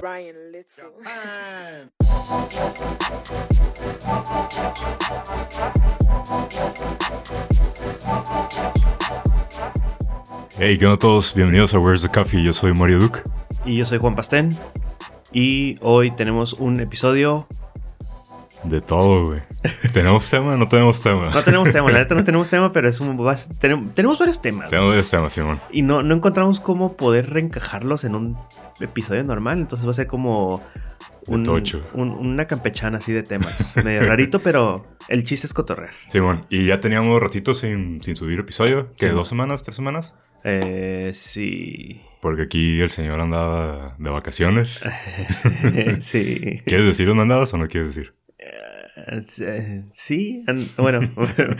Brian Little. Japan. Hey, ¿qué onda todos? Bienvenidos a Where's the Coffee. Yo soy Mario Duke. Y yo soy Juan Pastén. Y hoy tenemos un episodio. De todo, güey. ¿Tenemos tema? No tenemos tema. No tenemos tema, la neta no tenemos tema, pero es un. va a ser- tenem- tenemos varios temas. Tenemos varios temas, Simón. Y no, no encontramos cómo poder reencajarlos en un episodio normal. Entonces va a ser como. De tocho. un- una campechana así de temas. Medio rarito, pero el chiste es cotorrear. Simón, y ya teníamos ratito sin, sin subir episodio. ¿Qué? Sí. ¿Dos semanas? ¿Tres semanas? Eh, sí. Porque aquí el señor andaba de vacaciones. sí. ¿Quieres decir dónde andabas o no quieres decir? Eh, Sí. an- Bueno.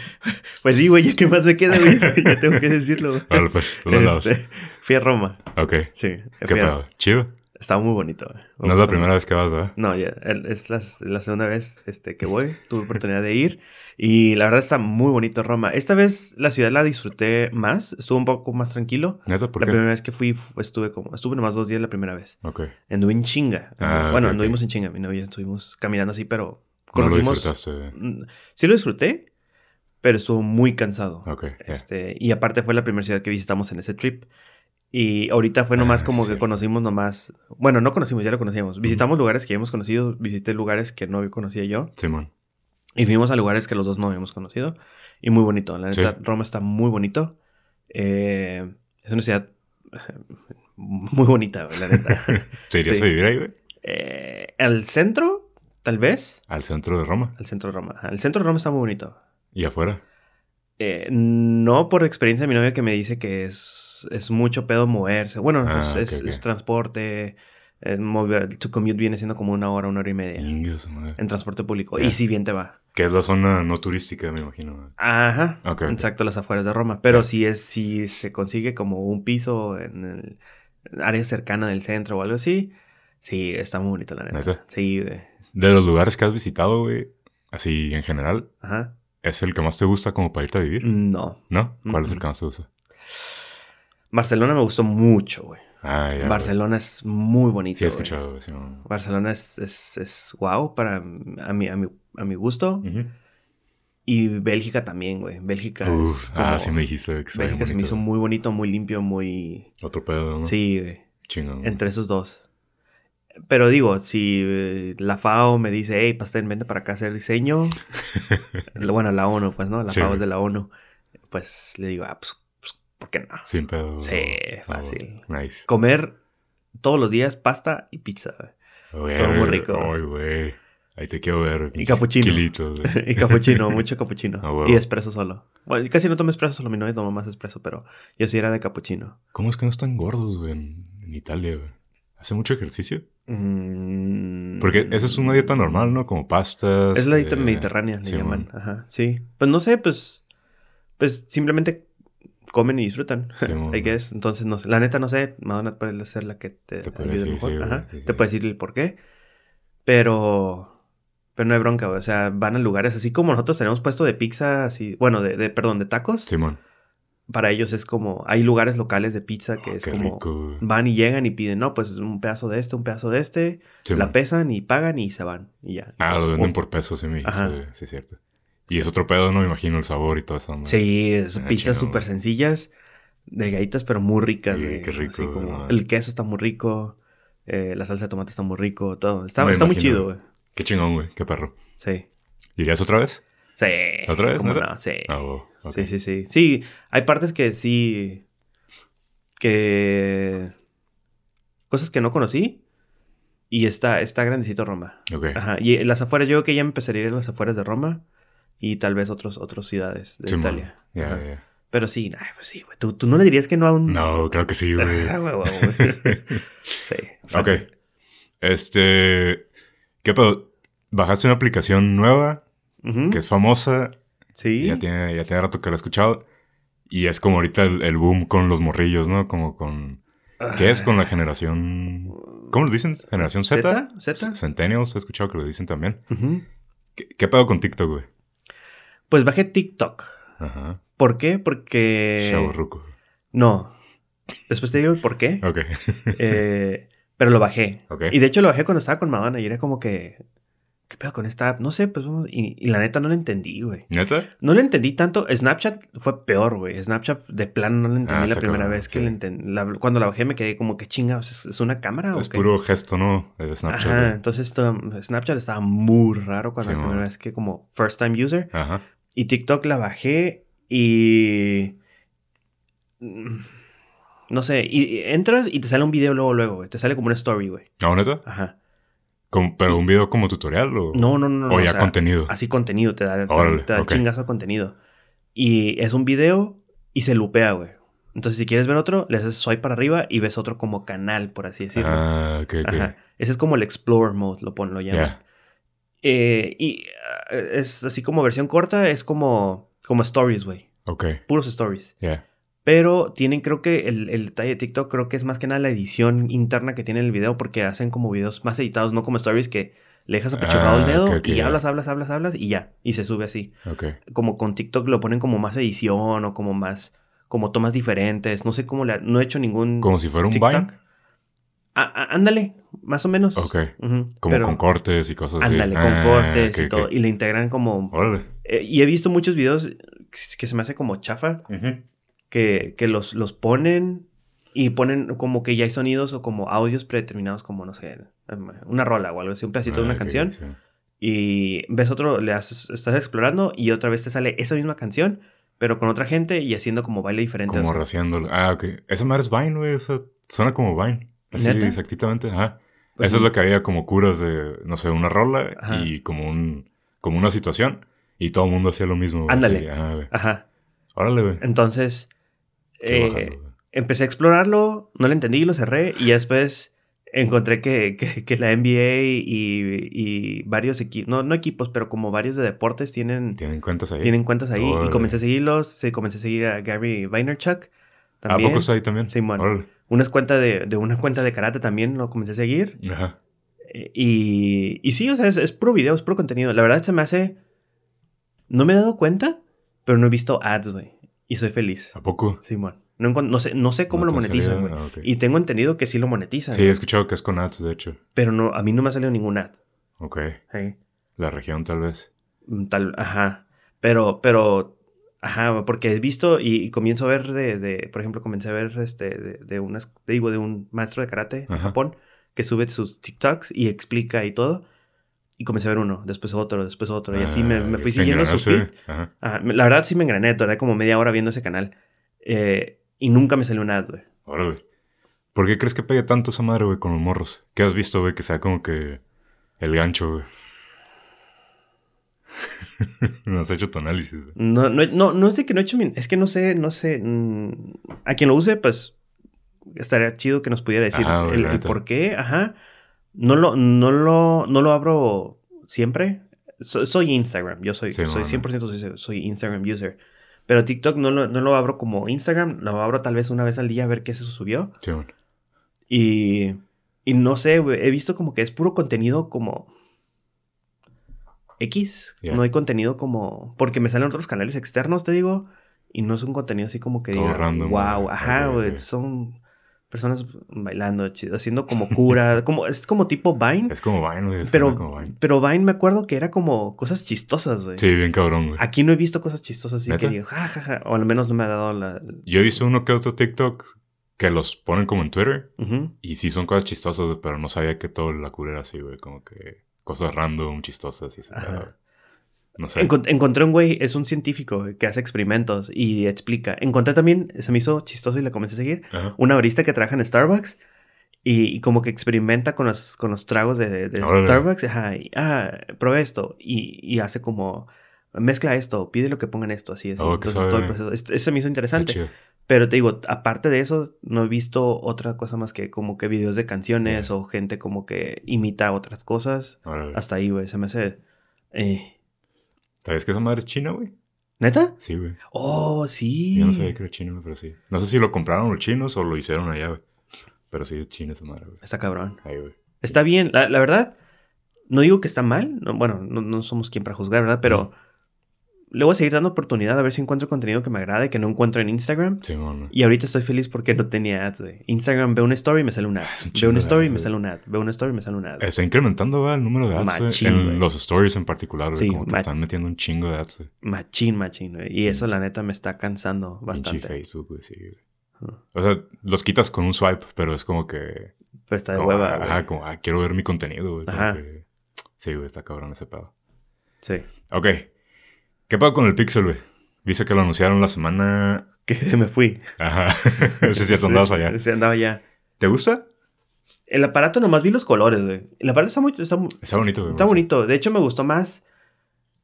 pues sí, güey, ya que más me queda, güey. Ya tengo que decirlo, güey. Vale, pues, ¿dónde andabas? Este, fui a Roma. Ok. Sí. ¿Qué fui a- pedo? Chido. Estaba muy bonito. güey. Me No es gustó la primera vez que vas, ¿verdad? mucho. No, ya, el- es la, la segunda vez este, que voy. Tuve oportunidad de ir. Y la verdad está muy bonito Roma. Esta vez la ciudad la disfruté más. Estuvo un poco más tranquilo. ¿Neta? ¿Por la qué? primera vez que fui f- estuve como... Estuve nomás dos días la primera vez. Ok. Anduve en chinga. Ah, bueno, ok, ok. anduvimos en chinga. Mi novia estuvimos caminando así, pero... No lo conocimos- disfrutaste. Mm, Sí lo disfruté, pero estuvo muy cansado. Ok. ya. Este, y aparte fue la primera ciudad que visitamos en ese trip. Y ahorita fue nomás Ah, como sí, que cierto. conocimos nomás. Bueno, no conocimos, ya lo conocíamos. Visitamos lugares que ya hemos conocido, visité lugares que no conocía yo. Simón. Y fuimos a lugares que los dos no habíamos conocido. Y muy bonito. La Sí. neta, Roma está muy bonito. Eh, es una ciudad eh, muy bonita, güey, la neta. ¿Te irías Sí. a vivir ahí, güey? Eh, al centro, tal vez. Al centro de Roma. Al centro de Roma. Al centro de Roma está muy bonito. ¿Y afuera? Eh, no por experiencia de mi novia que me dice que es, es mucho pedo moverse. Bueno, Ah, es, ok, es- ok. es transporte. eh, mover, tu commute viene siendo como una hora, una hora y media Inga su madre. en transporte público. Mm. Ya. Y si bien te va. Que es la zona no turística, me imagino. güey. Ajá. Ok, ok. Exacto, las afueras de Roma. Pero Ya. si es, si se consigue como un piso en el área cercana del centro o algo así. Sí, está muy bonito la neta. ¿Neta? Sí, güey. De los lugares que has visitado, güey, así en general, Ajá. ¿es el que más te gusta como para irte a vivir? No. ¿No? ¿Cuál es el Mm. Mm-mm. que más te gusta? Barcelona me gustó mucho, güey. Ah, ya. güey. Barcelona es muy bonito. Sí, he güey. escuchado. güey, sí, no. Barcelona es, es, es wow para m- a mi, a mi, a mi gusto. Ujú. Y Bélgica también, güey. Bélgica es Uf, como- ah, sí me dijiste que estaba bien Bélgica se me bonito. hizo muy bonito, muy limpio, muy... Otro pedo, ¿no? Sí, güey. Chingón. güey. Entre esos dos. Pero digo, si eh, la FAO me dice, hey, Pastel, vente para acá a hacer diseño. bueno, la ONU, pues, ¿no? La Sí, FAO güey. es de la ONU. Pues le digo, ah, pues, pues, ¿por qué no? Sin pedo. Sí, güey. fácil. Ah, güey. nice. Comer todos los días pasta y pizza, güey. Güey, Todo muy güey, rico, güey. Ay, güey. Ahí te quiero ver. pinches capuchino. kilitos, güey. y capuchino, mucho capuchino. Ah, huevo. Y espresso solo. Bueno, casi no tomo espresso solo, mi novia toma más espresso, pero yo sí era de capuchino. ¿Cómo es que no están gordos, güey, en, en Italia, güey? ¿Hace mucho ejercicio? Mm. Porque esa es una dieta normal, ¿no? Como pastas. Es la dieta eh, mediterránea, le Simón. llaman. Ajá, sí. Pues no sé, pues. Pues simplemente comen y disfrutan. Simón. I guess. Entonces, no sé. La neta, no sé. Madonna puede ser la que te, Te puede ayude decir, mejor. sí, güey, Ajá. sí, sí. Te puede decir el por qué. Pero. Pero no hay bronca, güey. O sea, van a lugares así como nosotros tenemos puesto de pizza, así. Bueno, de, de- perdón, de tacos. Simón. para ellos es como, hay lugares locales de pizza que Ah, es qué como, rico. güey. van y llegan y piden, no, pues un pedazo de este, un pedazo de este, Simón. la pesan y pagan y se van y ya. Ah, lo venden O- por peso, sí me Ajá. dijiste. Sí, es cierto. Y es otro pedo, no me imagino el sabor y todo eso. Sí, es Ah, pizzas chido, súper güey. sencillas, delgaditas pero muy ricas. Sí, güey. qué rico, Así como, ¿no? el queso está muy rico, eh, la salsa de tomate está muy rico, todo. Está, Me está muy imagino. chido, güey. Qué chingón, güey. Qué perro. Sí. ¿Irías otra vez? Sí. ¿Otra vez, ¿Cómo neta? no? Sí. Ah, wow, ok. Sí, sí, sí. Sí, hay partes que sí. Que. Cosas que no conocí. Y está, está grandecito Roma. Ok. Ajá. Y en las afueras, yo creo que ya empezaría a ir a las afueras de Roma. Y tal vez otros, otras ciudades de Simón. Italia. Ya, Ajá. ya, ya. Pero sí, ay, pues sí, güey. ¿Tú, tú no le dirías que no a un. No, creo que sí, güey. Ah, güey, güey, güey. Ah, sí. ok. fácil. Este. ¿Qué pedo? Bajaste una aplicación nueva Ujú. que es famosa. Sí. Ya, tiene, ya tiene rato que la he escuchado. Y es como ahorita el, el boom con los morrillos, ¿no? Como con. Ah. ¿Qué es con la generación. ¿Cómo lo dicen? ¿Generación Z? ¿Z? ¿Z? Centennials, he escuchado que lo dicen también. Ujú. ¿Qué, qué pedo con TikTok, güey? Pues bajé TikTok. Ajá. ¿Por qué? Porque. Chavo ruco. No. Después te digo el por qué. Ok. Eh, pero lo bajé. Ok. Y de hecho lo bajé cuando estaba con Madonna y era como que, ¿qué pedo con esta app? No sé, pues vamos- y, y la neta no la entendí, güey. ¿Neta? No la entendí tanto. Snapchat fue peor, güey. Snapchat de plano no la entendí Ah, la está primera cabrón, vez que sí. la entendí. La- cuando la bajé me quedé como que chingados, ¿es, es una cámara o Es qué?" puro gesto, ¿no? De Snapchat. Ajá, güey. entonces esto- Snapchat estaba muy raro cuando Sí, la mo. primera vez que como first time user. Ajá. Y TikTok la bajé y... mm, No sé, y y entras y te sale un video luego, luego, güey. Te sale como una story, güey. ¿No, neta? Ajá. Como- ¿Pero un video como tutorial o, No, no, no. no, o o ya sea, contenido? Así contenido, te da, te, Órale, te da el ok. chingazo de contenido. Y es un video y se lupea, güey. Entonces, si quieres ver otro, le haces swipe para arriba y ves otro como canal, por así decirlo. ah, ok, ok. Ajá. Ese es como el Explorer Mode, lo, pon, lo Ya. llaman. Eh, y ah, es así como versión corta, es como, como stories, güey. Ok. Puros stories. Ya. Pero tienen, creo que el, el detalle de TikTok, creo que es más que nada la edición interna que tiene el video, porque hacen como videos más editados, no como stories que le dejas apachurrado Ah, el dedo ok, ok, y ya. hablas, hablas, hablas, hablas y ya. Y se sube así. Ok. Como con TikTok lo ponen como más edición o como más, como tomas diferentes. No sé cómo le, ha- no he hecho ningún. Como si fuera un TikTok. Vine. Ah, ah, ándale, más o menos. Ok. Ujú, Como pero- con cortes y cosas así. Ándale, con Ah, cortes ok, y ok. todo. Y le integran como. Órale. eh, y he visto muchos videos que- que se me hace como chafa, que, que los, los ponen y ponen como que ya hay sonidos o como audios predeterminados, como no sé, em, una rola o algo así, un pedacito de Ah, una ok, canción. sí. Y ves otro, le haces, estás explorando y otra vez te sale esa misma canción, pero con otra gente y haciendo como baile diferente. o Como sea, raciándolo. Ah, ok. Esa madre es Vine, güey. Esa suena como Vine. Así ¿Neta? exactamente. Ajá. pues Eso es sí. lo que había como curas de, no sé, una rola Ajá. y como un como una situación. Y todo el mundo hacía lo mismo. güey, Ándale. así. Ajá, güey. Ajá. Órale, güey. Entonces. Qué eh, bajas, güey. empecé a explorarlo, no lo entendí, lo cerré y ya después encontré que, que- que la NBA y, y varios equipos, no, no equipos, pero como varios de deportes tienen, Tienen cuentas ahí. tienen cuentas ahí y Órale. comencé a seguirlos, sí, comencé a seguir a Gary Vaynerchuk ¿A también. poco está ahí también? Simón. Órale. Unas cuentas de, de una cuenta de karate también lo comencé a seguir. Ajá. Eh, Y, y sí, o sea, es, es puro video, es puro contenido. La verdad se me hace... No me he dado cuenta, pero no he visto ads, güey. Y soy feliz. ¿A poco? Simón. No, encon- no sé, no sé cómo ¿No lo te ha monetizan, salido? güey. Ah, ok. Y tengo entendido que sí lo monetizan. Sí, he escuchado que es con ads, de hecho. Pero no, a mí no me ha salido ningún ad. Ok. ¿sí? La región, tal vez. Mm, Tal, ajá. Pero, pero, ajá, porque he visto y, y comienzo a ver de, de- por ejemplo, comencé a ver este, de, de unas, te digo, de un maestro de karate en Ajá. Japón que sube sus TikToks y explica y todo. Y comencé a ver uno, después otro, después otro. Y así me, me Ah, fui te siguiendo su engranaste. feed. Ajá. Ajá, me- La verdad sí me engrané, tardé como media hora viendo ese canal. Eh, y nunca me salió un ad, güey. Órale. ¿Por qué crees que pegue tanto esa madre, güey, con los morros? ¿Qué has visto, güey, que sea como que el gancho, güey? no has hecho tu análisis, güey. No, no, no, no es de que no he hecho mi... Es que no sé, no sé... mm, a quien lo use, pues... Estaría chido que nos pudiera decir Ajá, güey, el, la el neta. por qué, ajá. No lo, no lo, no lo abro siempre. So- soy Instagram, yo soy, Sí, soy bueno. 100% soy, soy Instagram user. Pero TikTok no lo, no lo abro como Instagram, lo abro tal vez una vez al día a ver qué se subió. Sí, bueno. Y, y no sé, güey, he visto como que es puro contenido como X. Ya. No hay contenido como. Porque me salen otros canales externos, te digo. Y no es un contenido así como que Todo diga, random, Wow, güey. ajá, Ok, güey. ok. Son personas bailando, chido, haciendo como cura. como, es como tipo Vine. Es como Vine, güey. es como pero, Vine. pero Vine me acuerdo que era como cosas chistosas, güey. Sí, bien cabrón, güey. Aquí no he visto cosas chistosas así que ¿Neta? digo, ja, ja, ja", O al menos no me ha dado la. Yo he visto uno que otro TikTok que los ponen como en Twitter. Ujú. Y sí, son cosas chistosas, güey, pero no sabía que todo la cura era así, güey. Como que cosas random, chistosas y ese Ajá. pedo, güey. No sé. Encon- encontré un güey, es un científico que hace experimentos y explica. Encontré también, se me hizo chistoso y le comencé a seguir, Ajá. una barista que trabaja en Starbucks y, y como que experimenta con los, con los tragos de, de Órale. Starbucks. Ajá, y, ah, probé esto y, y hace como, mezcla esto, pide lo que pongan esto, así es. Oh, qué Entonces suave, todo el güey. proceso. Este- ese me hizo Está interesante. chido. Pero te digo, aparte de eso, no he visto otra cosa más que como que videos de canciones Ya. o gente como que imita otras cosas. Órale. Hasta ahí, güey, se me hace... eh, ¿Sabes que esa madre es china, güey? ¿Neta? Sí, güey. Oh, sí. Yo no sabía que era chino, güey, pero sí. No sé si lo compraron los chinos o lo hicieron allá, güey. Pero sí, es china esa madre, güey. Está cabrón. Ahí, güey. Está bien. La, la verdad, no digo que está mal. no- bueno, no, no somos quien para juzgar, ¿verdad? Pero le voy a seguir dando oportunidad a ver si encuentro contenido que me agrade, que no encuentro en Instagram. Simón, güey. Y ahorita estoy feliz porque no tenía ads, güey. Instagram ve una story y me sale una ad. Ah, Es un Ve chingo de una story y ads, me güey. sale una ad. Ve una story y me sale una ad. Está incrementando güey, el número de ads, güey. Machín, En güey. los stories en particular, güey. Sí, como que ma- están metiendo un chingo de ads, güey. Machín, machín, güey. Y eso, la neta, me está cansando Pinche bastante. Facebook, güey, sí, güey. Ajá. O sea, los quitas con un swipe, pero es como que. Pero está de como, hueva, güey. Ajá, como, ah, quiero ver mi contenido, güey. como Ajá. que- Sí, güey, está cabrón ese pedo. Sí. Ok. ¿Qué pedo con el Pixel, güey? Viste que lo anunciaron la semana. Que me fui. Ajá. Ese sí, Sí, andabas allá. Sí, andaba allá. ¿Te gusta? El aparato nomás vi los colores, güey. El aparato está muy... Está, mu- Está bonito, güey. está me gusta. bonito. De hecho, me gustó más...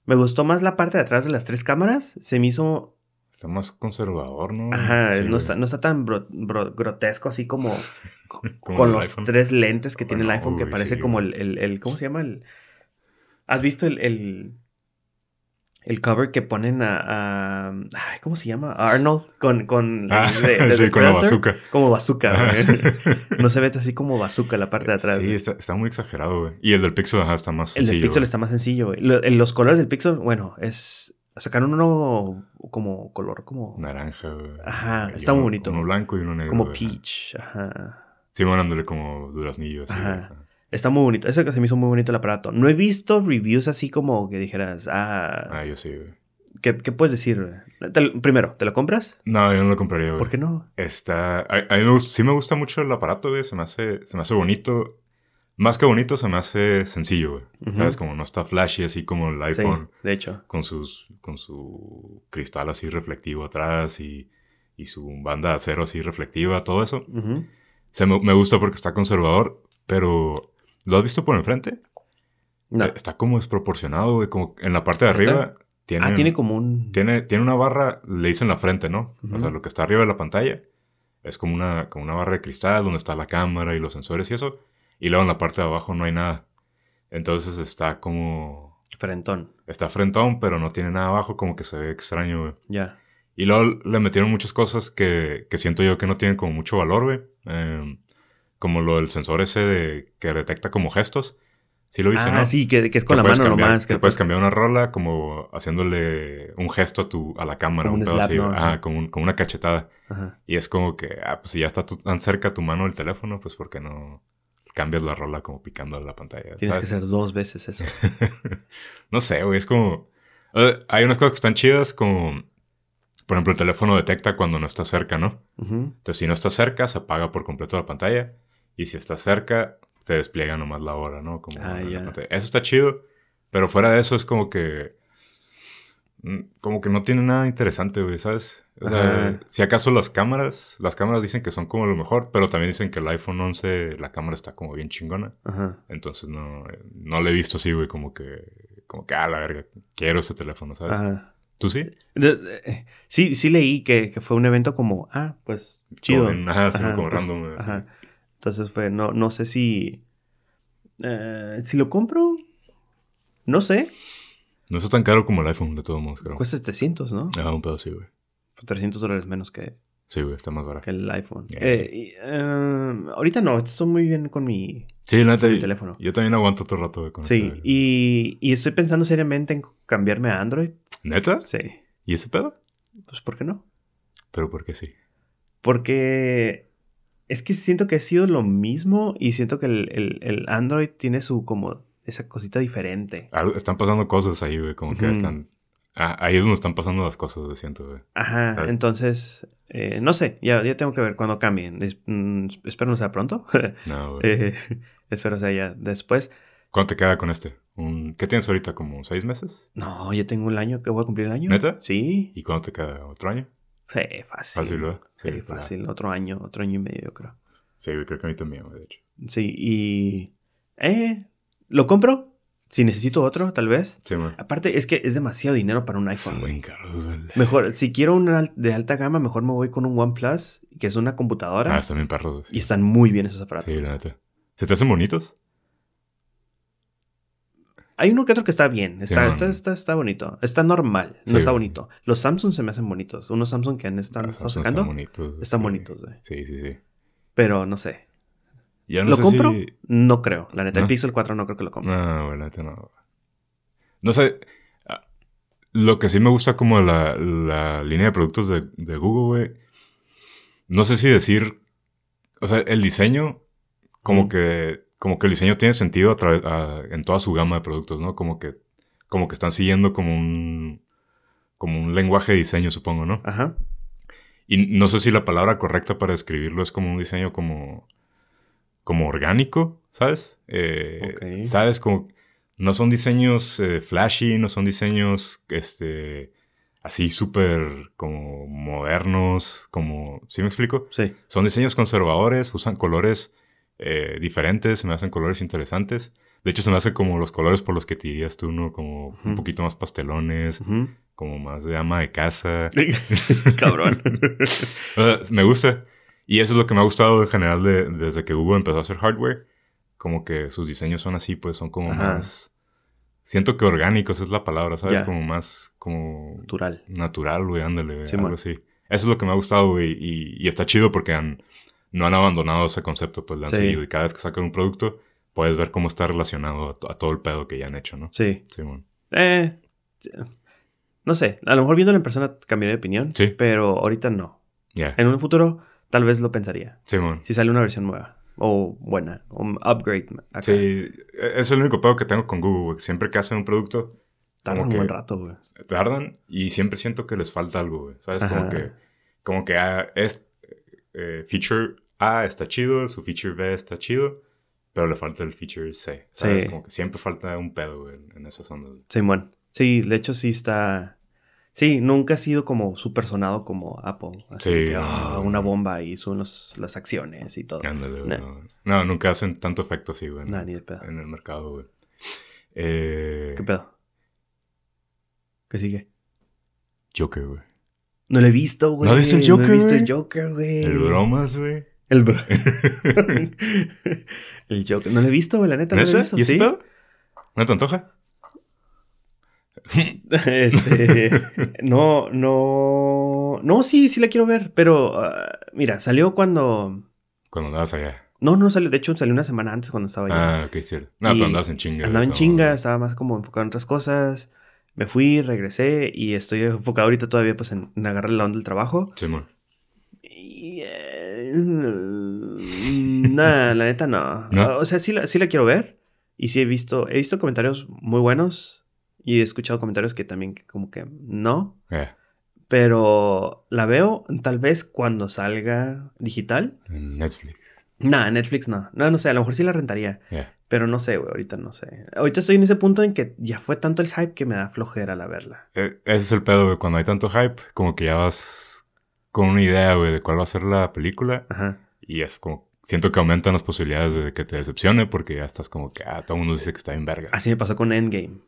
Me gustó más la parte de atrás de las tres cámaras. Se me hizo... Está más conservador, ¿no? Ajá, Sí, no, güey. está, no está tan bro- bro- grotesco así como... Como con el los iPhone. tres lentes que tiene el Bueno, iPhone que uy, parece sí, como güey. el, el- el- ¿Cómo se llama? El, ¿Has visto el... el el cover que ponen a, a- ay, ¿cómo se llama? A Arnold con con Ah, de- de sí, The con la Predator. bazooka. Como bazooka, güey. Ajá. No se ve así como bazooka la parte de atrás. Sí, güey. está, está muy exagerado, güey. Y el del Pixel, ajá, está más el del sencillo, Pixel güey. está más sencillo, güey. Lo- el- los colores del Pixel, bueno, es. Sacaron uno como color, como. Naranja, güey. Ajá, Y está muy uno- bonito. Uno blanco y uno negro. como güey, ajá. peach. Ajá. Sí, bueno, ándale como duraznillo, así. Ajá. güey, ajá. Está muy bonito. Ese que se me hizo muy bonito el aparato. No he visto reviews así como que dijeras, ah, Ah, yo sí, güey. ¿qué, qué puedes decir? güey? Te lo- primero, ¿te lo compras? No, yo no lo compraría, güey. ¿Por qué no? Está... A, a mí me gust- sí me gusta mucho el aparato, güey. Se me hace, se me hace bonito. Más que bonito, se me hace sencillo, güey. Ujú. ¿Sabes? Como no está flashy, así como el iPhone. Sí, de hecho. con sus con su cristal así reflectivo atrás y, y su banda de acero así reflectiva, todo eso. Ujú. Se me, me gusta porque está conservador, pero ¿lo has visto por enfrente? No. Eh, Está como desproporcionado, güey, como en la parte de ¿Neta? arriba tiene ah, tiene como un. tiene tiene una barra, le dicen la frente, ¿no? O Ujú. sea, lo que está arriba de la pantalla es como una como una barra de cristal donde está la cámara y los sensores y eso, y luego en la parte de abajo no hay nada. Entonces está como Frentón. está frentón, pero no tiene nada abajo, como que se ve extraño, güey. Ya. Y luego le metieron muchas cosas que, que siento yo que no tienen como mucho valor, güey. Eh, como lo del sensor ese de, que detecta como gestos. Sí lo hice, Ah, ¿no? sí, que, que es con Que la puedes mano cambiar- nomás. Que, lo puedes cambiar una rola como haciéndole un gesto a, tu, a la cámara. Como un un pedo slap, así, ¿no? ajá, como, un- como una cachetada. Ajá. Y es como que, ah, pues si ya está tu- tan cerca tu mano del teléfono, pues ¿por qué no cambias la rola como picando a la pantalla? Tienes que ¿sabes? hacer dos veces eso. no sé, güey, es como... o sea, hay unas cosas que están chidas como... Por ejemplo, el teléfono detecta cuando no está cerca, ¿no? Ujú. Entonces, si no está cerca, se apaga por completo la pantalla. Y si está cerca, te despliega nomás la hora, ¿no? Como Ah, en la ya. pantalla. Eso está chido. Pero fuera de eso, es como que... mm, Como que no tiene nada interesante, güey, ¿sabes? O sea, Ajá. si acaso las cámaras... Las cámaras dicen que son como lo mejor. Pero también dicen que el iPhone 11, la cámara está como bien chingona. Ajá. Entonces no, eh, no le he visto así, güey, como que, como que, ah, la verga, quiero este teléfono, ¿sabes? Ajá. ¿Tú sí? De- de- sí, sí leí que, que fue un evento como, ah, pues chido. Como en- ajá, sí, Ajá, como pues, random. güey, así. Ajá. Entonces fue, no, no sé si. eh, si lo compro, no sé. No es tan caro como el iPhone, de todos modos, creo. Cuesta 700, ¿no? Ah, un pedo sí, güey. 300 dólares menos que, Sí, güey, está más barato. que el iPhone. Ya. Eh, y, eh, ahorita no, estoy muy bien con mi, Sí, la neta, con mi y- teléfono. yo también aguanto otro rato, güey, con Sí, ese- y, y estoy pensando seriamente en cambiarme a Android. ¿Neta? Sí, ¿Y ese pedo? pues ¿por qué no? Pero porque sí. Porque es que siento que ha sido lo mismo y siento que el, el- el Android tiene su como esa cosita diferente. Algo- están pasando cosas ahí, güey, como que Ujú. están... Ah, ahí es donde están pasando las cosas, güey, siento, güey. Ajá, Claro. entonces, eh, no sé, ya, ya tengo que ver cuando cambien. Es- mm, espero no sea pronto. No, güey. Eh, espero sea ya después. ¿Cuánto te queda con este? Un- ¿Qué tienes ahorita? ¿Como seis meses? No, ya tengo el año que voy a cumplir el año. ¿Neta? Sí. ¿Y cuánto te queda? ¿Otro año? Fe, fácil. Fácil, ¿verdad? Fe, pues, ah, Eh, fácil. Otro año, otro año y medio, yo creo. Sí, güey, creo que a mí también, güey, de hecho. Sí, y... Eh, ¿Lo compro? Si necesito otro, tal vez. Sí, güey. Aparte, es que es demasiado dinero para un iPhone, güey. caros, güey. Mejor, si quiero un al- de alta gama, mejor me voy con un OnePlus, que es una computadora. Ah, están bien perros, güey. Y Sí. están muy bien esos aparatos. Sí, la neta. ¿Se te hacen bonitos? Hay uno que otro que está bien. Está, Simón. está, está, está bonito. Está normal. Sí, No está güey. bonito. Los Samsung se me hacen bonitos. Unos Samsung que han estado Ah, estado son- sacando Están bonitos. güey, están sí. bonitos, güey. Sí, sí, sí. Pero no sé. Ya no ¿Lo sé compro? si- No creo. La neta, ¿No? este el Pixel 4 no creo que lo compre. No, güey, la neta no. No sé. ah, Lo que sí me gusta como la, la línea de productos de, de Google, güey. No sé si decir. O sea, el diseño. Como Mm. que. Como que el diseño tiene sentido a través- a- en toda su gama de productos, ¿no? Como que. Como que están siguiendo como un. como un lenguaje de diseño, supongo, ¿no? Ajá. Y no sé si la palabra correcta para describirlo es como un diseño como. como orgánico, ¿sabes? Eh, Ok. ¿Sabes? Como. No son diseños eh, flashy, no son diseños. Este. Así súper como modernos, como... ¿Sí me explico? Sí. Son diseños conservadores, usan colores eh, diferentes, se me hacen colores interesantes. De hecho, se me hacen como los colores por los que te dirías tú, ¿no? Como un Ujú. poquito más pastelones, Ujú. como más de ama de casa. Cabrón. O sea, me gusta. Y eso es lo que me ha gustado en general de- desde que Google empezó a hacer hardware. Como que sus diseños son así, pues son como Ajá. más... Siento que orgánicos es la palabra, ¿sabes? Ya. Como más... Como Natural. natural, güey, ándale, güey, Simón. algo así. Eso es lo que me ha gustado, güey, y, y está chido porque han, no han abandonado ese concepto, pues le han Sí. seguido. Y cada vez que sacan un producto, puedes ver cómo está relacionado a to- a, todo el pedo que ya han hecho, ¿no? Sí. Simón. Eh. No sé. A lo mejor viéndolo en persona cambiaré de opinión. Sí. Pero ahorita no. Ya. En un futuro tal vez lo pensaría. Simón. Si sale una versión nueva. O buena. O un upgrade. acá. Sí, e- es el único pedo que tengo con Google, güey. Siempre que hacen un producto, Tarda como un que- buen rato, güey. tardan y siempre siento que les falta algo, güey. ¿Sabes? Como Ajá. que, como que ah, es eh, feature A está chido, su feature B está chido, pero le falta el feature C. ¿Sabes? Sí. Como que siempre falta un pedo, güey, en- en esas ondas. Simón. Sí, de hecho sí está. Sí, nunca ha sido como súper sonado como Apple. Así Sí, que, no, ah, no, una no. bomba y son los- las acciones y todo. Ándale, güey, Nah. no. No, nunca hacen tanto efecto así, güey. en- Nada, ni de pedo. en el mercado, güey. Eh, ¿Qué pedo? ¿Qué sigue? Joker, güey. No lo he visto, güey. ¿No has visto el No Joker, he visto el güey? Joker, güey. El bromas, güey. El bro. el Joker. No lo he visto, güey, la neta. No lo he ¿Neta? visto. ¿Y ese ¿sí? pedo? ¿No te antoja? Este, no, no. No, sí, sí la quiero ver. Pero, ah, mira, salió cuando. Cuando andabas allá. No, no salió. De hecho, salió una semana antes cuando estaba yo. Ah, ok, cierto. No, Y pero andabas en chinga. Andaba en estaba- chinga, estaba más como enfocado en otras cosas. Me fui, regresé y estoy enfocado ahorita todavía pues en, en agarrar la onda del trabajo. Simón. Y, eh, nah, la neta no. ¿No? O sea, sí la, sí la quiero ver y sí he visto, he visto comentarios muy buenos y he escuchado comentarios que también que como que no. Eh, Pero la veo tal vez cuando salga digital. en Netflix. Nah, Netflix no. No, no sé, a lo mejor sí la rentaría. Yeah. Pero no sé, güey, ahorita no sé. Ahorita estoy en ese punto en que ya fue tanto el hype que me da flojera la verla. Eh, ese es el pedo, güey. Cuando hay tanto hype, como que ya vas con una idea, güey, de cuál va a ser la película. Ajá. Y es como... Siento que aumentan las posibilidades güey, de que te decepcione porque ya estás como que... Ah, todo el mundo dice que está bien verga. Así me pasó con Endgame.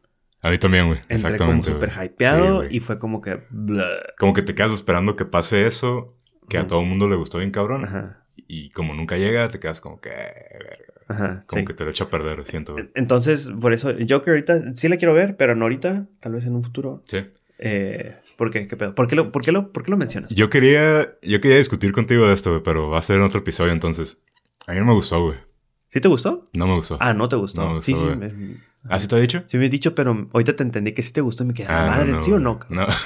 A mí también, güey. Entré como güey. súper hypeado Sí, güey. y fue como que... blah. Como que te quedas esperando que pase eso, que a Ujú. todo el mundo le gustó bien cabrón. Ajá. Y como nunca llega, te quedas como que... "Eh, verga". Ajá. Como sí. que te lo echa a perder, siento, güey. Entonces, por eso, Joker ahorita sí la quiero ver, pero no ahorita, tal vez en un futuro. Sí. Eh, ¿Por qué? ¿Qué pedo? ¿Por qué lo, por qué lo, por qué lo mencionas? Yo quería, yo quería discutir contigo de esto, güey, pero va a ser en otro episodio entonces. A mí no me gustó, güey. ¿Sí te gustó? No me gustó. Ah, no te gustó. No me sí, gustó, sí. güey. me- ¿Así te he dicho? sí me has dicho, pero ahorita te entendí que sí te gustó y me quedé, la madre, ¿sí o güey. no? cabrón? Ah,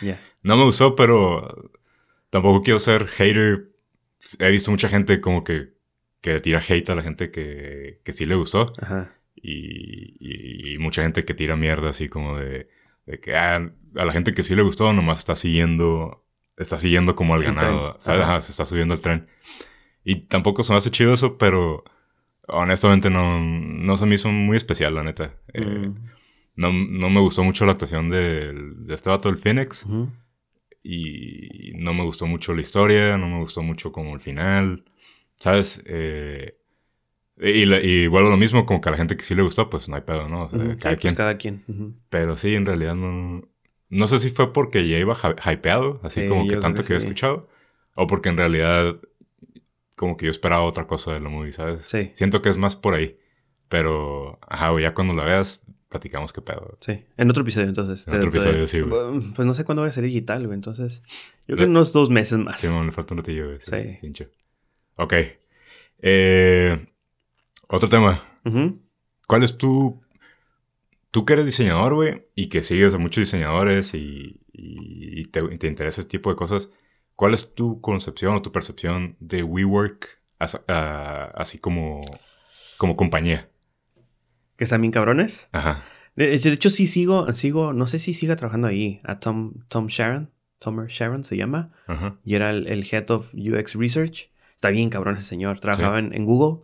No. Ya. No me gustó, pero tampoco quiero ser hater. He visto mucha gente como que, que tira hate a la gente que, que sí le gustó. Ajá. Y, y- y mucha gente que tira mierda así como de, de que ah, a la gente que sí le gustó nomás está siguiendo, está siguiendo como al El ganado, tren, ¿sabes? ajá. Ajá, se está subiendo al tren. Y tampoco se me hace chido eso, pero honestamente no, no se me hizo muy especial, la neta. Eh, Mm. no, no me gustó mucho la actuación del- de este vato del Phoenix Ujú. y no me gustó mucho la historia, no me gustó mucho como el final, ¿sabes? Eh, y, la- y vuelvo a lo mismo, como que a la gente que sí le gustó, pues no hay pedo, ¿no? O sea, Ujú. Sí, cada pues, quien. cada quien. Ujú. Pero sí, en realidad no... No sé si fue porque ya iba hy- hypeado, así Sí, como yo que creo tanto que que había sí. escuchado, o porque en realidad como que yo esperaba otra cosa de la movie, ¿sabes? Sí. Siento que es más por ahí, pero ajá, güey, ya cuando la veas, platicamos qué pedo. Sí, en otro episodio entonces. En te- otro te- episodio, sí, Pues, no sé cuándo va a ser digital, güey. Entonces, Le- yo creo que unos dos meses más. Sí, bueno, le falta un ratillo, güey. Sí. Sí. pinche. Ok. Eh, otro tema. Ujú. ¿Cuál es tu tú que eres diseñador, güey, y que sigues a muchos diseñadores y, y- y te, te interesa este tipo de cosas, ¿cuál es tu concepción o tu percepción de WeWork as- a- así como, como compañía? Que están bien cabrones. Ajá. De, de hecho, sí sigo, sigo, no sé si siga trabajando ahí. A Tom, Tom Sharon. Tom Sharon se llama. Ajá. y era el, el head of UX Research. Está bien cabrón ese señor. Trabajaba en, en Google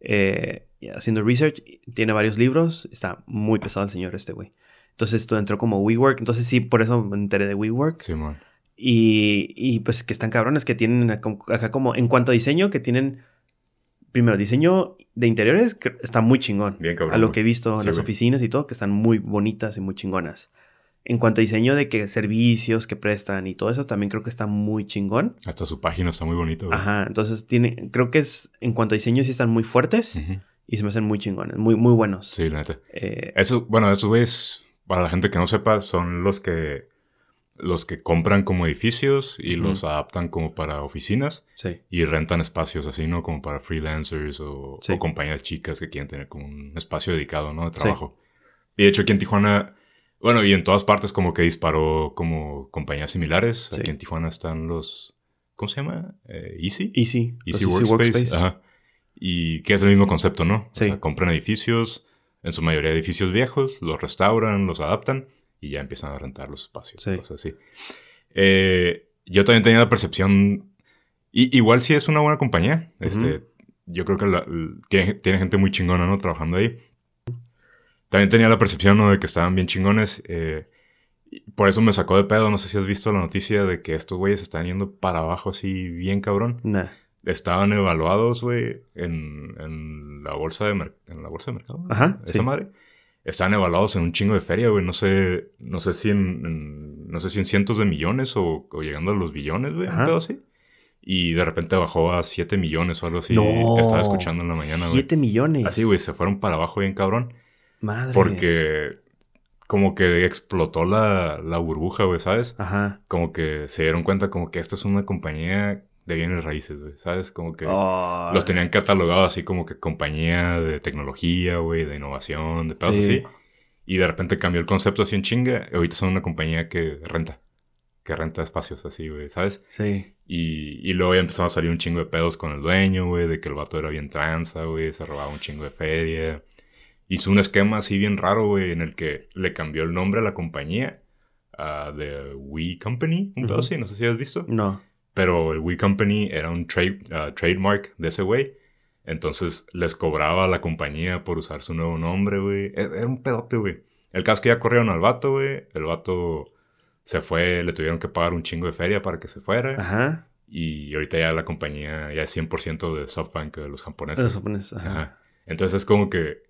eh, haciendo research. Tiene varios libros. Está muy pesado el señor este güey. Entonces esto entró como WeWork. Entonces sí, por eso me enteré de WeWork. Simón. Y, y, pues que están cabrones que tienen acá como- acá como... En cuanto a diseño, que tienen... Primero, diseño de interiores que está muy chingón Bien cabrón. a lo güey. que he visto en Sí, las güey. oficinas y todo, que están muy bonitas y muy chingonas. En cuanto a diseño de que servicios que prestan y todo eso, también creo que está muy chingón. Hasta su página está muy bonito, güey. Ajá, entonces tiene, creo que es, en cuanto a diseño sí están muy fuertes Ujú. y se me hacen muy chingones, muy, muy buenos. Mm. Sí, la neta. Eh, Eso, bueno, esos güeyes, para la gente que no sepa, son los que los que compran como edificios y Ujú. los adaptan como para oficinas sí. y rentan espacios así, ¿no? Como para freelancers o, Sí. o compañías chicas que quieren tener como un espacio dedicado, ¿no? De trabajo. Y de hecho aquí en Tijuana, bueno, y en todas partes como que disparó como compañías similares. Sí. Aquí en Tijuana están los, ¿cómo se llama? Eh, Easy. Y sí, Easy los Workspace. Ajá. Y que es el mismo concepto, ¿no? Sí. O sea, compran edificios, en su mayoría edificios viejos, los restauran, los adaptan y ya empiezan a rentar los espacios. Sí. cosas así. Eh, yo también tenía la percepción, i- igual si es una buena compañía, este, Ujú. yo creo que la- l- tiene, tiene gente muy chingona, ¿no? Trabajando ahí. También tenía la percepción ¿no? de que estaban bien chingones. eh, y por eso me sacó de pedo. No sé si has visto la noticia de que estos güeyes están yendo para abajo así bien cabrón Nah, estaban evaluados, güey, en, en la bolsa de mer- en la bolsa de mercado. ¿no? Ajá, Esa sí. madre. Estaban evaluados en un chingo de feria, güey. No sé, no sé si en, en- no sé si en cientos de millones o, o llegando a los billones, güey. un Ajá. pedo así. Y de repente bajó a 7 millones o algo así. no. Estaba escuchando en la mañana, güey. Siete millones. Así, güey, se fueron para abajo bien cabrón. Madre. Porque como que explotó la, la burbuja, güey, ¿sabes? Ajá. Como que se dieron cuenta como que esta es una compañía de bienes raíces, güey, ¿sabes? Como que... Oh, Los tenían catalogados así como que compañía de tecnología, güey, de innovación, de pedos Sí. así. Y de repente cambió el concepto así en chinga. y Ahorita son una compañía que renta. Que renta espacios así, güey, ¿sabes? Sí. Y, y luego ya empezaron a salir un chingo de pedos con el dueño, güey, de que el vato era bien tranza, güey, se robaba un chingo de feria. Hizo un esquema así bien raro, güey, en el que le cambió el nombre a la compañía a de We Company, un pedo Ujú. así, no sé si has visto. No. Pero el We Company era un trade, uh, trademark de ese güey. Entonces les cobraba a la compañía por usar su nuevo nombre, güey. E- Era un pedote, güey. El caso es que ya corrieron al vato, güey. El vato se fue, le tuvieron que pagar un chingo de feria para que se fuera. Ajá. Y ahorita ya la compañía ya es 100% de SoftBank de los japoneses. Los japoneses, Ajá. Ajá. Entonces es como que...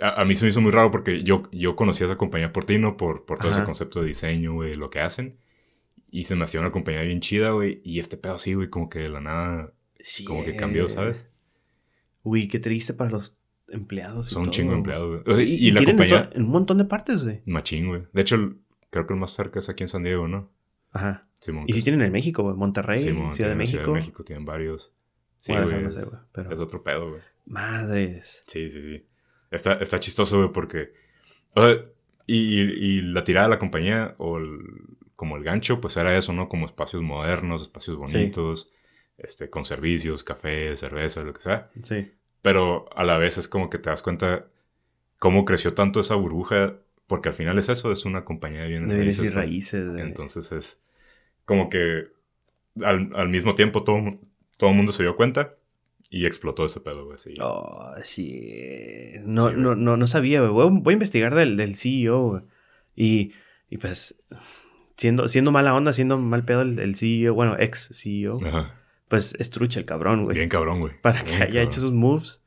A, a mí se me hizo muy raro porque yo, yo conocí a esa compañía por Tino, por, por todo Ajá. ese concepto de diseño, güey, lo que hacen. Y se me hacía una compañía bien chida, güey. Y este pedo sí, güey, como que de la nada, como que cambió, Sí. ¿sabes? Uy, qué triste para los empleados. y Son un todo. chingo de empleados, güey. O sea, Y, y, y la tienen en compañía... to- en un montón de partes, güey. Machín, güey. De hecho, el- creo que el más cerca es aquí en San Diego, ¿no? Ajá. Simón. Y que si es- tienen en México, güey. Monterrey, Simón, Ciudad de tienen en México. Ciudad de México tienen varios. Sí, Guadalajara, güey. no Es, sé, güey, pero- es otro pedo, güey. Madres. Sí, sí, sí. Está, está chistoso, güey, porque. o sea, y, y la tirada de la compañía, o el- como el gancho, pues era eso, ¿no? Como espacios modernos, espacios bonitos, este, con servicios, café, cerveza, lo que sea. Sí. Pero a la vez es como que te das cuenta cómo creció tanto esa burbuja, porque al final es eso, es una compañía de bienes Debería decir güey. raíces. güey. Entonces es como que al, al mismo tiempo todo, mu- todo el mundo se dio cuenta y explotó ese pedo, güey. sí. Oh, sí. Sí, No, güey. no, no, no sabía, güey. Voy, a- voy a investigar del, del CEO, güey. Y, y pues, siendo, siendo mala onda, siendo mal pedo el, el CEO, bueno, ex CEO, Ajá. pues estrucha el cabrón, güey. Ah. Bien cabrón, güey. Para que Bien haya cabrón. hecho sus moves.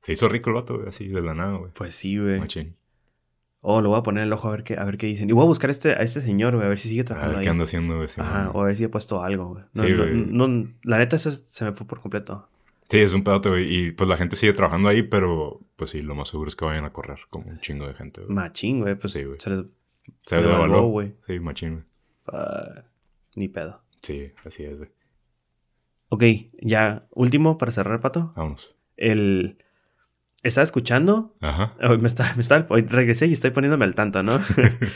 Se hizo rico el vato, güey, así de la nada, güey. Pues sí, güey. Machín. Oh, lo voy a poner en el ojo a ver qué, a ver qué dicen. Y voy a buscar a este, a este señor, güey, a ver si sigue A trabajando ver ahí. qué anda haciendo, güey. sí, Ajá, man. o a ver si he puesto algo, güey. No, Sí, no- güey. no- la neta, esa se me fue por completo. Sí, es un pedote, güey. Y pues la gente sigue trabajando ahí, pero pues sí, lo más seguro es que vayan a correr como un chingo de gente, güey. Machín, güey. Pues Sí, güey. se les- Se le devaluó. evaluó, güey. Sí, machín, güey. ah, ni pedo. Sí, así es, güey. Ok, ya último para cerrar, Pato. Vámonos. El, estaba escuchando. Ajá. Hoy me estaba, me estaba- hoy regresé y estoy poniéndome al tanto, ¿no?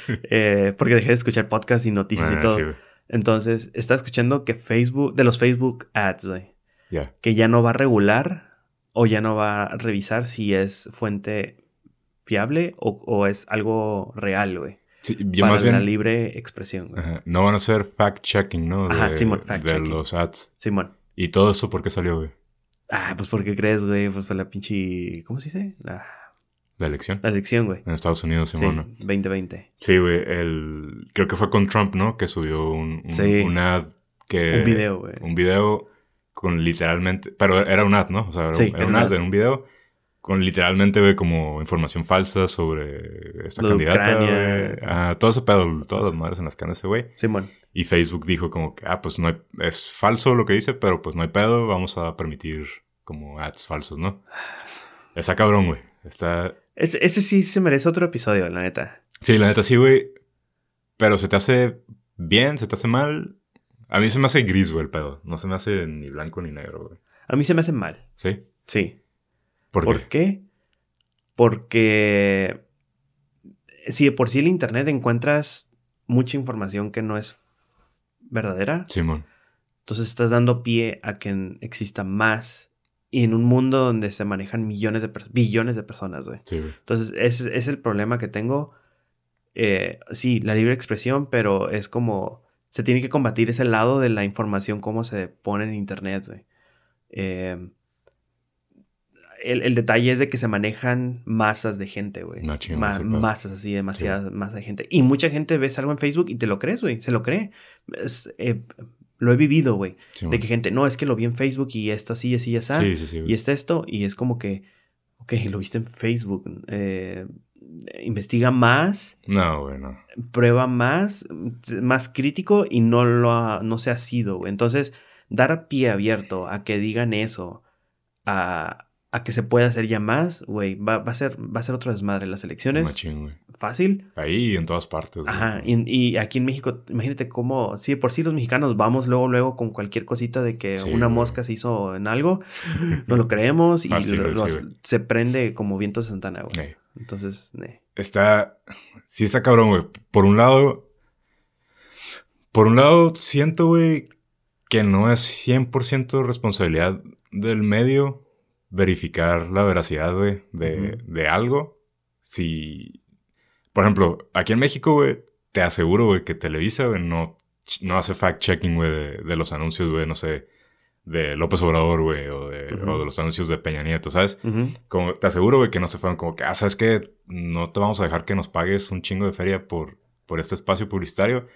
Eh, porque dejé de escuchar podcasts y noticias Ah, y todo. sí, güey. Entonces, estaba escuchando que Facebook, de los Facebook ads, güey, Ya. que ya no va a regular o ya no va a revisar si es fuente fiable o, o es algo real, güey. Sí, yo para más la bien. libre expresión, güey. ajá, No van a hacer fact-checking, ¿no? De, Ajá, Simón, fact-checking. de los ads. Simón. ¿Y todo eso por qué salió, güey? Ah, pues ¿por qué crees, güey? Pues fue la pinche. ¿Cómo se dice? La, La elección. la elección, güey. En Estados Unidos, Sí, Simón. ¿no? 2020. Sí, güey. El... Creo que fue con Trump, ¿no? Que subió un, un, Sí. un ad que... Un video, güey. Un video con literalmente... Pero era un ad, ¿no? O sea, era, Sí, era un ad, en un video con literalmente, güey, como información falsa sobre esta Lo de candidata, Ucrania, güey. sí. Ah, todo ese pedo, todas las madres en las que anda ese güey. Simón. Y Facebook dijo como que, ah, pues no hay... Es falso lo que dice, pero pues no hay pedo. Vamos a permitir como ads falsos, ¿no? Está cabrón, güey. Está... Ese, ese sí se merece otro episodio, la neta. Sí, la neta sí, güey. Pero se te hace bien, se te hace mal. A mí se me hace gris, güey, el pedo. No se me hace ni blanco ni negro, güey. A mí se me hacen mal. ¿Sí? Sí. ¿Por, ¿Por, qué? qué? Porque si de por sí el internet encuentras mucha información que no es verdadera, Simón. entonces estás dando pie a que n- exista más. Y en un mundo donde se manejan millones de personas, billones de personas, güey. Sí, güey. Entonces, ese ese es el problema que tengo. Eh, sí, la libre expresión, pero es como. Se tiene que combatir ese lado de la información, cómo se pone en Internet, güey. Eh, el, el detalle es de que se manejan masas de gente, güey. No, chingón, Ma- ese pedo. masas así, demasiadas masas de gente. Y mucha gente ves algo en Facebook y te lo crees, güey. Se lo cree. Es, eh, lo he vivido, güey. Simón. De que gente, no, es que lo vi en Facebook y esto así, así, así. Sí, sí, sí. güey. Y está esto, y es como que, ok, lo viste en Facebook. eh, investiga más, No, güey, no. prueba más, mm, más crítico y no, lo ha- no se ha sido. güey. Entonces, dar pie abierto a que digan eso, a, a que se pueda hacer ya más, güey, va, va a ser, va a ser otro desmadre. Las elecciones, Machín, güey. fácil. Ahí en todas partes, güey. Ajá, y, y aquí en México, imagínate cómo, sí, de por sí los mexicanos vamos luego, luego con cualquier cosita de que Sí, una güey. mosca se hizo en algo, no lo creemos y Fácil, lo- sí, los- güey. se prende como viento de Santana, güey. Ey. Entonces, ne. Está. Sí, está cabrón, güey. Por un lado. Por un lado, siento, güey, que no es 100% responsabilidad del medio verificar la veracidad, güey, de, de algo. Si. Por ejemplo, aquí en México, güey, te aseguro, güey, que Televisa, güey, no, no hace fact-checking, güey, de, de los anuncios, güey, no sé, de López Obrador, güey, o, de- Ujú. o de los anuncios de Peña Nieto, ¿sabes? Ujú. Como, te aseguro, güey, que no se fueron como que, ah, sabes que no te vamos a dejar que nos pagues un chingo de feria por, por este espacio publicitario,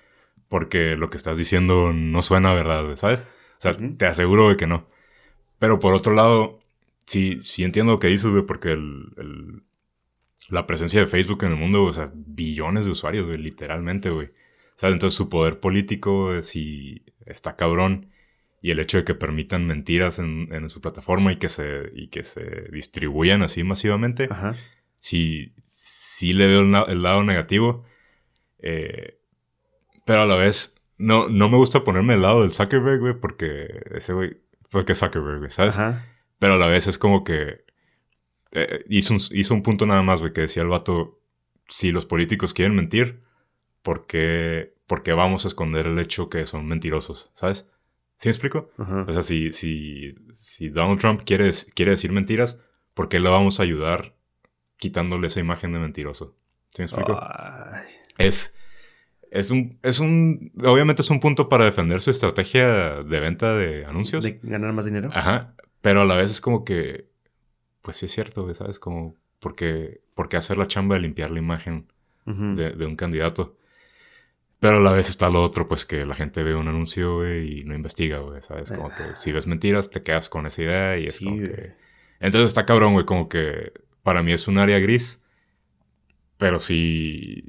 porque lo que estás diciendo no suena a verdad, güey, ¿sabes? O sea, Ujú. te aseguro, güey, que no. Pero por otro lado, sí, sí entiendo lo que dices, güey, porque el, el- la presencia de Facebook en el mundo, güey, o sea, billones de usuarios, güey, literalmente, güey. ¿Sabes? Entonces su poder político, güey, sí está cabrón. Y el hecho de que permitan mentiras en, en su plataforma y que se, y que se distribuyan así masivamente, Ajá. sí, sí le veo el, la- el lado negativo. Eh, pero a la vez, no, no me gusta ponerme del lado del Zuckerberg, güey, porque ese güey, porque es Zuckerberg, güey, ¿sabes? Ajá. Pero a la vez es como que eh, hizo, un, hizo un punto nada más, güey, que decía el vato, si los políticos quieren mentir, ¿por qué, por qué vamos a esconder el hecho que son mentirosos? ¿Sabes? ¿Sí me explico? Ajá. O sea, si, si, si Donald Trump quiere, des- quiere decir mentiras, ¿por qué le vamos a ayudar quitándole esa imagen de mentiroso? ¿Sí me explico? Ah. Ay. Es, es, un, es un... Obviamente es un punto para defender su estrategia de venta de anuncios. Ah, ¿De ganar más dinero? Ajá. Pero a la vez es como que... Pues sí es cierto, güey, ¿sabes? Como... Porque, porque hacer la chamba de limpiar la imagen Ujú. de, de un candidato. Pero a la vez está lo otro, pues que la gente ve un anuncio, güey, y no investiga, güey, ¿sabes? Como que si ves mentiras, te quedas con esa idea y es ah. Sí, como güey. que... Entonces está cabrón, güey, como que para mí es un área gris, pero sí...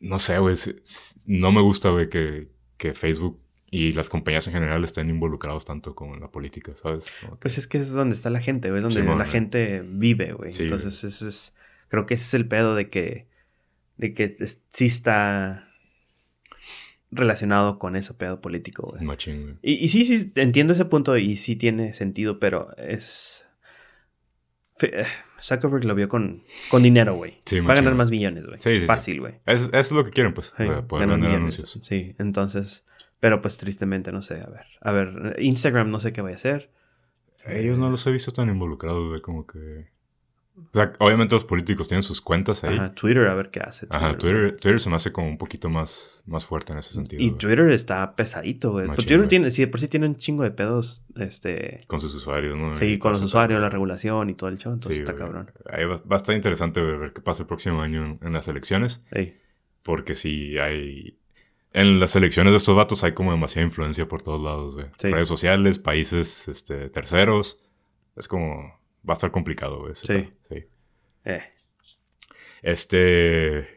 No sé, güey, s- s- no me gusta, güey, que, que Facebook y las compañías en general estén involucrados tanto con la política, ¿sabes? Como que- Pues es que es donde está la gente, güey. Es donde Simón, la güey. gente vive, güey. Sí, Entonces, ese es. Creo que ese es el pedo de que. De que es- sí está relacionado con ese pedo político, güey. Machín, güey. Y, y sí, sí, entiendo ese punto y sí tiene sentido, pero es... Fe- eh, Zuckerberg lo vio con, con dinero, güey. Sí, Va a ganar machín. más millones, güey. Sí, sí, sí. Fácil, güey. Es, eso es lo que quieren, pues. Sí, o sea, poder ganar vender millones. anuncios. Sí, entonces, pero pues tristemente no sé, a ver, a ver, Instagram no sé qué vaya a hacer. Ellos no los he visto tan involucrados, güey, como que... O sea, obviamente los políticos tienen sus cuentas ahí. Ajá, Ajá, Twitter a ver qué hace. Twitter, Twitter se me hace como un poquito más, más fuerte en ese sentido. Y güey, Twitter está pesadito, güey. Machín, Pues Twitter güey. tiene, si de por sí tiene un chingo de pedos, este, Con sus usuarios, ¿no? sí, Y con todo los ese usuarios, pedo. la regulación y todo el show, entonces Sí, está güey. cabrón. Ahí va, va a estar interesante güey, ver qué pasa el próximo año en, en las elecciones. Ey, Porque sí hay... En las elecciones de estos vatos hay como demasiada influencia por todos lados, güey. Sí. Redes sociales, países este, terceros. Es como... Va a estar complicado, güey. ese Sí. pedo, Sí. eh, Este...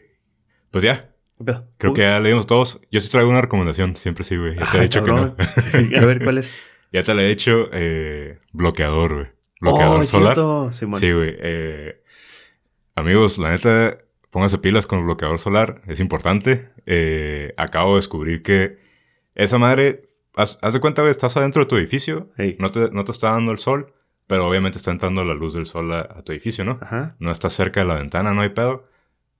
Pues ya, ¿qué pedo? Creo Uy, que ya leímos todos. Yo sí traigo una recomendación, siempre sí, güey. Ya te he ay, dicho que cabrón. no. Sí, a ver cuál es. Ya te la he hecho eh, bloqueador, güey. Bloqueador Oh, es solar. cierto, Simón. Sí, güey. eh, amigos, la neta, pónganse pilas con el bloqueador solar. Es importante. Eh, acabo de descubrir que esa madre, haz, haz de cuenta, güey, estás adentro de tu edificio. Ey, No te, no te está dando el sol, pero obviamente está entrando la luz del sol a, a tu edificio, ¿no? Ajá. no estás cerca de la ventana, no hay pedo.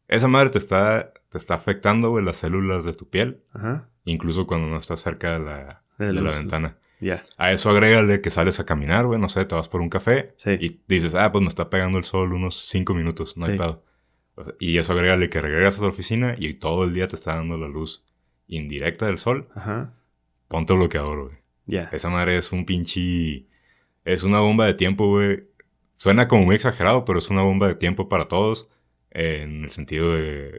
Esa madre te está, te está afectando, güey, las células de tu piel, Ajá. incluso cuando no estás cerca de la, De de la luz. ventana. Ya. A eso agrégale que sales a caminar, güey, no sé, te vas por un café Sí. y dices, ah, pues me está pegando el sol unos cinco minutos, no hay Sí. pedo. O sea, Y eso agrégale que regresas a tu oficina y todo el día te está dando la luz indirecta del sol, Ajá. ponte bloqueador, güey. Ya. Esa madre es un pinche. Es una bomba de tiempo, güey. Suena como muy exagerado, pero es una bomba de tiempo para todos. eh, En el sentido de,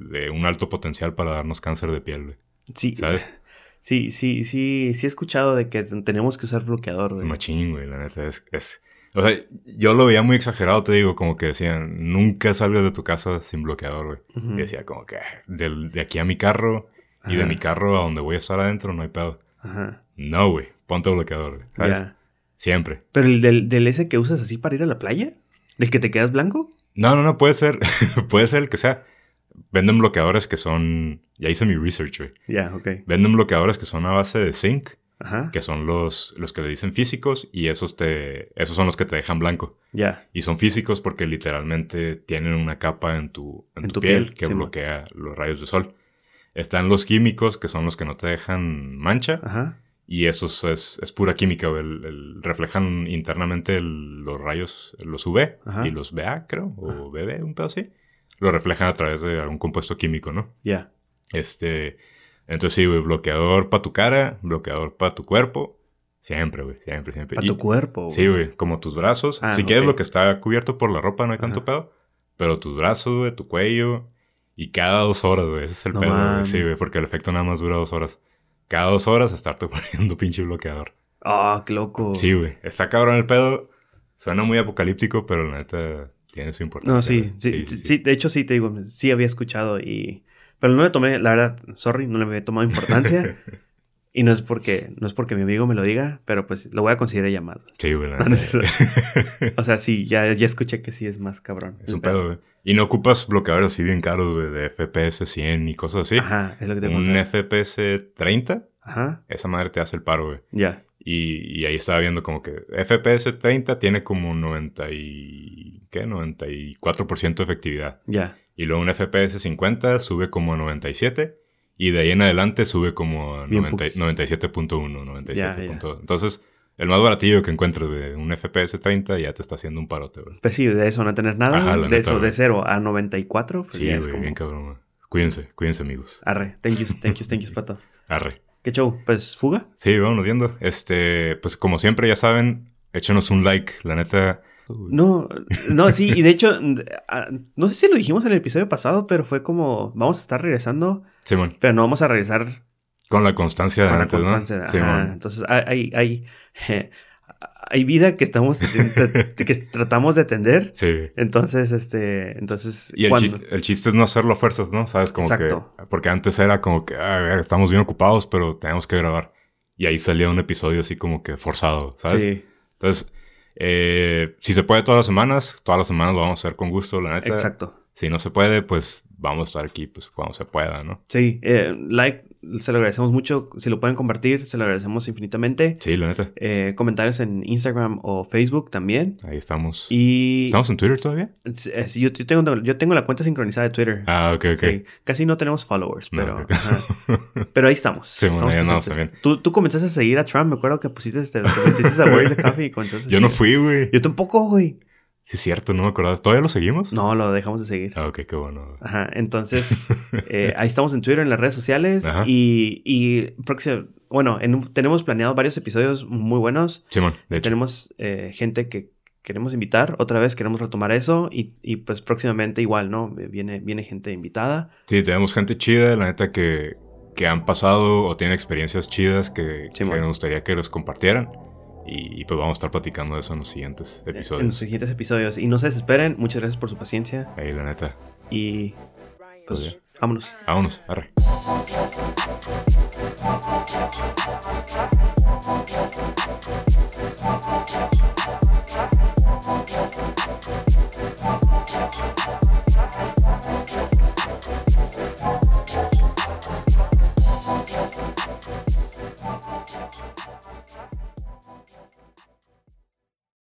de un alto potencial para darnos cáncer de piel, güey. Sí. ¿Sabes? Sí, sí, sí, sí he escuchado de que ten- tenemos que usar bloqueador, güey. Machín, güey, la neta. Es, es- O sea, yo lo veía muy exagerado, te digo, como que decían, nunca salgas de tu casa sin bloqueador, güey. Ujú. Y decía, como que, "Ah, del- de, aquí a mi carro y de Ajá, mi carro a donde voy a estar adentro, no hay pedo. Ajá. No, güey, ponte bloqueador, güey. ¿sabes? Ya. Siempre. Pero el del, del ese que usas así para ir a la playa, del que te quedas blanco. No, no, no, puede ser. puede ser el que sea. Venden bloqueadores que son. Ya hice mi research, güey. Ya, ok. Venden bloqueadores que son a base de zinc, Ajá. que son los, los que le dicen físicos, y esos, te, esos son los que te dejan blanco. Ya. Y son físicos porque literalmente tienen una capa en tu, en En tu tu piel, piel, que sí, mo. bloquea los rayos de sol. Están los químicos, que son los que no te dejan mancha, Ajá. y esos es, es pura química, güey. El- el- reflejan internamente el- los rayos, los UV Ajá. y los BA, creo, o BB, un pedo así. Lo reflejan a través de algún compuesto químico, ¿no? Ya. Este, entonces sí, güey, bloqueador para tu cara, bloqueador para tu cuerpo. Siempre, güey, siempre, siempre. Para Y- tu cuerpo. Sí, güey, como tus brazos. Ah, si quieres ok. lo que está cubierto por la ropa, no hay tanto Ajá. pedo. Pero tus brazos, güey, tu cuello. Y cada dos horas, güey, ese es el No pedo, güey. mames. Sí, güey, porque el efecto nada más dura dos horas. Cada dos horas estarte poniendo pinche bloqueador. Ah, qué loco. Sí, güey. Está cabrón el pedo. Suena muy apocalíptico, pero la neta tiene su importancia. No, sí güey. sí, sí, sí, De hecho, sí, te digo, sí había escuchado y... Pero no le tomé, la verdad, sorry, no le había tomado importancia. y no es porque, no es porque mi amigo me lo diga, pero pues lo voy a considerar llamado. Sí, güey, la No, no es neta. O sea, sí, ya, ya escuché que sí es más cabrón. es un pedo, güey. Y no ocupas bloqueadores así bien caros, güey, de FPS 100 y cosas así. Ajá, es lo que te Un preguntaba. FPS 30, Ajá, esa madre te hace el paro, güey. ya. Y, y ahí estaba viendo como que FPS 30 tiene como 90 y... ¿Qué? 94% de efectividad. Ya, Y luego un FPS 50 sube como a 97. Y de ahí en adelante sube como a Bien 90 97.1, 97. Ya, ya. punto- Entonces, el más baratillo que encuentres de un FPS 30 ya te está haciendo un parote, güey. pues sí, de eso no tener nada, Ajá, la de neta, eso, de güey. 0 a 94, pues Sí, ya güey, es como... bien cabrón, güey. Cuídense, cuídense, amigos. Arre, thank you, thank you, thank you, pato. Arre. ¿Qué show? Pues, ¿fuga? Sí, vámonos viendo. Este, pues como siempre, ya saben, échenos un like, la neta. No, no, sí, y de hecho, n- ah, no sé si lo dijimos en el episodio pasado, pero fue como, vamos a estar regresando, Simón, pero no vamos a regresar con la constancia de con la antes, ¿no? constancia. Ajá, Simón. Entonces, hay, hay, hay, hay vida que estamos, que tratamos de atender. Sí. Entonces, este, entonces, Y el ¿cuándo? chiste, el chiste es no hacerlo a fuerzas, ¿no? Sabes, como Exacto. que. Porque antes era como que, a ver, estamos bien ocupados, pero tenemos que grabar. Y ahí salía un episodio así como que forzado, ¿sabes? Sí, Entonces, eh, si se puede todas las semanas, todas las semanas lo vamos a hacer con gusto, la neta. exacto. Si no se puede, pues vamos a estar aquí, pues cuando se pueda, ¿no? Sí, eh, like, Se lo agradecemos mucho. Si lo pueden compartir, se lo agradecemos infinitamente. Sí, la neta. Eh, comentarios en Instagram o Facebook también. Ahí estamos. Y ¿Estamos en Twitter todavía? es- es- yo, yo tengo, yo tengo la cuenta sincronizada de Twitter. Ah, ok, ok. Sí, casi no tenemos followers, No, pero, ok. ajá. pero ahí estamos. Sí, bueno, estamos ahí andamos presentes. Tú, tú comenzaste a seguir a Trump, me acuerdo que pusiste, este, te metiste a Warriors de Coffee y comenzaste a Yo no seguir. fui, güey. Yo tampoco, güey. Sí, es cierto, no me acordaba. ¿Todavía lo seguimos? No, lo dejamos de seguir. Ah, ok, qué bueno. güey. Ajá, entonces eh, ahí estamos en Twitter, en las redes sociales Ajá. y, y próximo- bueno, en un- tenemos planeado varios episodios muy buenos. Simón, de hecho. Tenemos eh, gente que queremos invitar, otra vez queremos retomar eso y, y, pues próximamente igual, ¿no? Eh, Viene, viene gente invitada. Sí, tenemos gente chida, la neta, que, que han pasado o tienen experiencias chidas que, que Simón. nos gustaría que los compartieran. Y, y pues vamos a estar platicando de eso en los siguientes En los episodios. siguientes episodios. Y no se desesperen, muchas gracias por su paciencia Ahí, la neta. y pues Pues vámonos. Vámonos, arre.